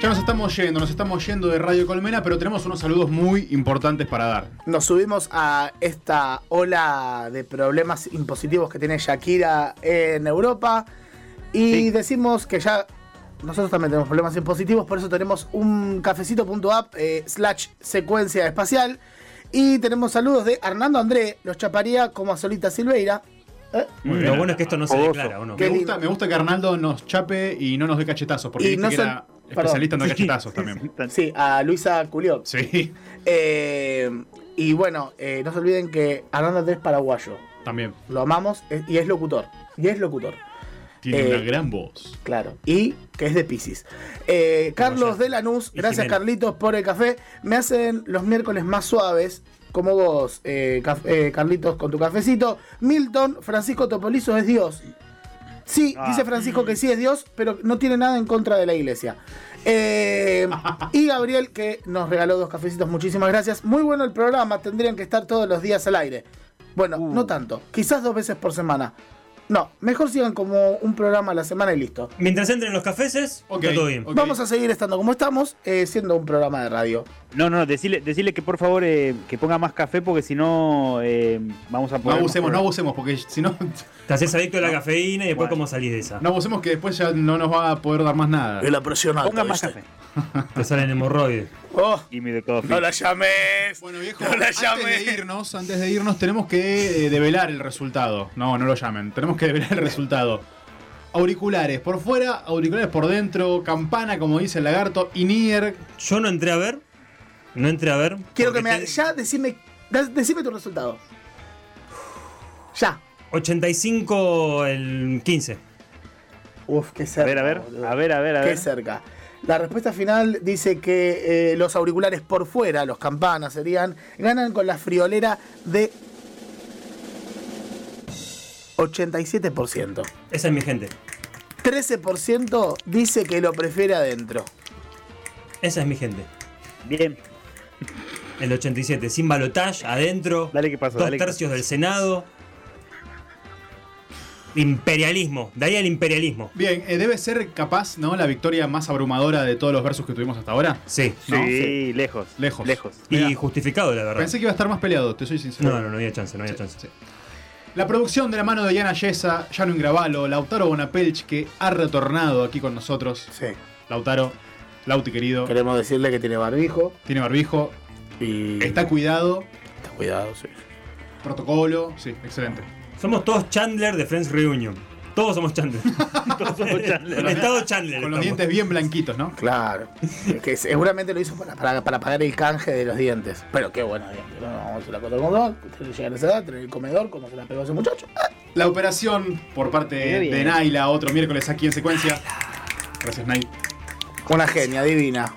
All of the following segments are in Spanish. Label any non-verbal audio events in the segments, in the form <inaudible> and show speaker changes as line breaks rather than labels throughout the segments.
Ya nos estamos yendo, nos estamos yendo de Radio Colmena, pero tenemos unos saludos muy importantes para dar.
Nos subimos a esta ola de problemas impositivos que tiene Shakira en Europa y
Sí.
decimos que ya nosotros también tenemos problemas impositivos, por eso tenemos un cafecito.app eh, slash secuencia espacial y tenemos saludos de Hernando André, los chaparía como a Solita Silveira. ¿Eh?
Muy
Lo
bien.
bueno es que esto no se
Oso.
declara, ¿o no?
Me
Qué
gusta,
lindo.
me gusta que Arnaldo nos chape y no nos dé cachetazos, porque
Y
viste
no
que
son-
era
perdón.
especialista en dar
Sí,
cachetazos
sí,
también.
Sí, a Luisa Culió.
Sí,
Eh, y bueno, eh, no se olviden que Hernando Andrés es paraguayo.
también.
Lo amamos eh, y es locutor. Y es locutor,
Tiene
Eh,
una gran voz.
claro. Y que es de Pisces. Eh, Carlos
yo.
de Lanús,
Y
gracias
Jimena.
Carlitos por el café. Me hacen los miércoles más suaves. Como vos, eh, caf- eh, Carlitos, con tu cafecito. Milton, Francisco Topolizo es Dios. Sí,
Ah.
dice Francisco que sí es Dios, pero no tiene nada en contra de la iglesia. Eh,
<laughs>
y Gabriel, que nos regaló dos cafecitos, muchísimas gracias. Muy bueno el programa, tendrían que estar todos los días al aire. Bueno,
Uh.
no tanto, quizás dos veces por semana. No, mejor sigan como un programa a la semana y listo.
Mientras entren los cafeses,
Ok,
está todo bien.
ok.
Vamos a seguir estando como estamos, eh, siendo un programa de radio.
No, no, no, decirle, decirle que por favor eh, que ponga más café porque si no eh, vamos a
No
poner.
abusemos, no abusemos, porque si no, <laughs>
Te haces adicto a la cafeína y después
Bueno.
cómo salís de esa.
no abusemos que después ya no nos va a poder dar más nada.
la presión
Ponga más café.
Te salen hemorroides.
Oh,
Y mi de coffee.
no la llames.
Bueno,
<laughs>
viejo,
No la
antes
llames.
de irnos, antes de irnos, tenemos que eh, develar el resultado. No, no lo llamen. Tenemos que develar el resultado. Auriculares por fuera, auriculares por dentro, campana, como dice el lagarto, y Nier.
Yo no entré a ver. No entré a ver.
Quiero que
porque
me...
ten-
Ya, decime, da- decime tu resultado. Ya.
85 el 15.
Uf, qué
A
cerca.
ver, a ver,
boludo.
a ver, a ver, a
Qué
ver.
cerca. La respuesta final dice que eh, los auriculares por fuera, los campanas serían, ganan con la friolera de 87%.
Esa es mi gente.
13% dice que lo prefiere adentro.
Esa es mi gente.
Bien,
El 87. Sin balotage, adentro.
dale que pasó,
dos
dale. que
tercios del Senado. Imperialismo. Daría el imperialismo.
Bien, eh, debe ser capaz, ¿no? La victoria más abrumadora de todos los versos que tuvimos hasta ahora.
Sí.
pasó.
¿no?
Sí,
Sí.
lejos.
Lejos.
Lejos.
Y
Mirá.
justificado, la verdad.
Pensé que iba a estar más peleado, te soy sincero.
No, no, no había chance, no había
Sí,
chance.
sí. La producción de la mano de Diana Yesa, Jano Ingravalo, Lautaro Bonapelch, que ha retornado aquí con nosotros.
Sí.
Lautaro, Lauti querido,
Queremos decirle que tiene barbijo
tiene barbijo,
y
está cuidado,
Está cuidado, sí.
protocolo, sí, excelente.
Somos todos Chandler de Friends Reunion. Todos somos
<laughs>
Chandler.
Todos somos Chandler.
En estado Chandler.
Con los
estamos.
dientes bien blanquitos, ¿no?
Claro. Es que seguramente lo hizo para, para- para pagar el canje de los dientes. Pero qué bueno, bien. No, vamos a la cosa como son. Ustedes llegan a esa edad, tener el comedor, como se la pegó ese muchacho. Ah,
La operación por parte
Muy bien.
de Naila, otro miércoles aquí en secuencia. Gracias, Nail.
Una genia divina.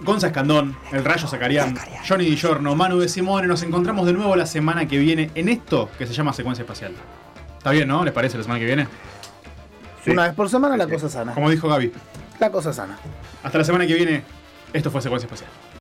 Gonza Escandón, El Rayo Zacarián, Johnny Giorno, Manu de Simone. Nos encontramos de nuevo la semana que viene en esto que se llama Secuencia Espacial. ¿Está bien, no? ¿Les parece la semana que viene?
Sí.
Una vez por semana la cosa sana.
Como dijo Gaby.
La cosa sana.
Hasta la semana que viene, esto fue Secuencia Espacial.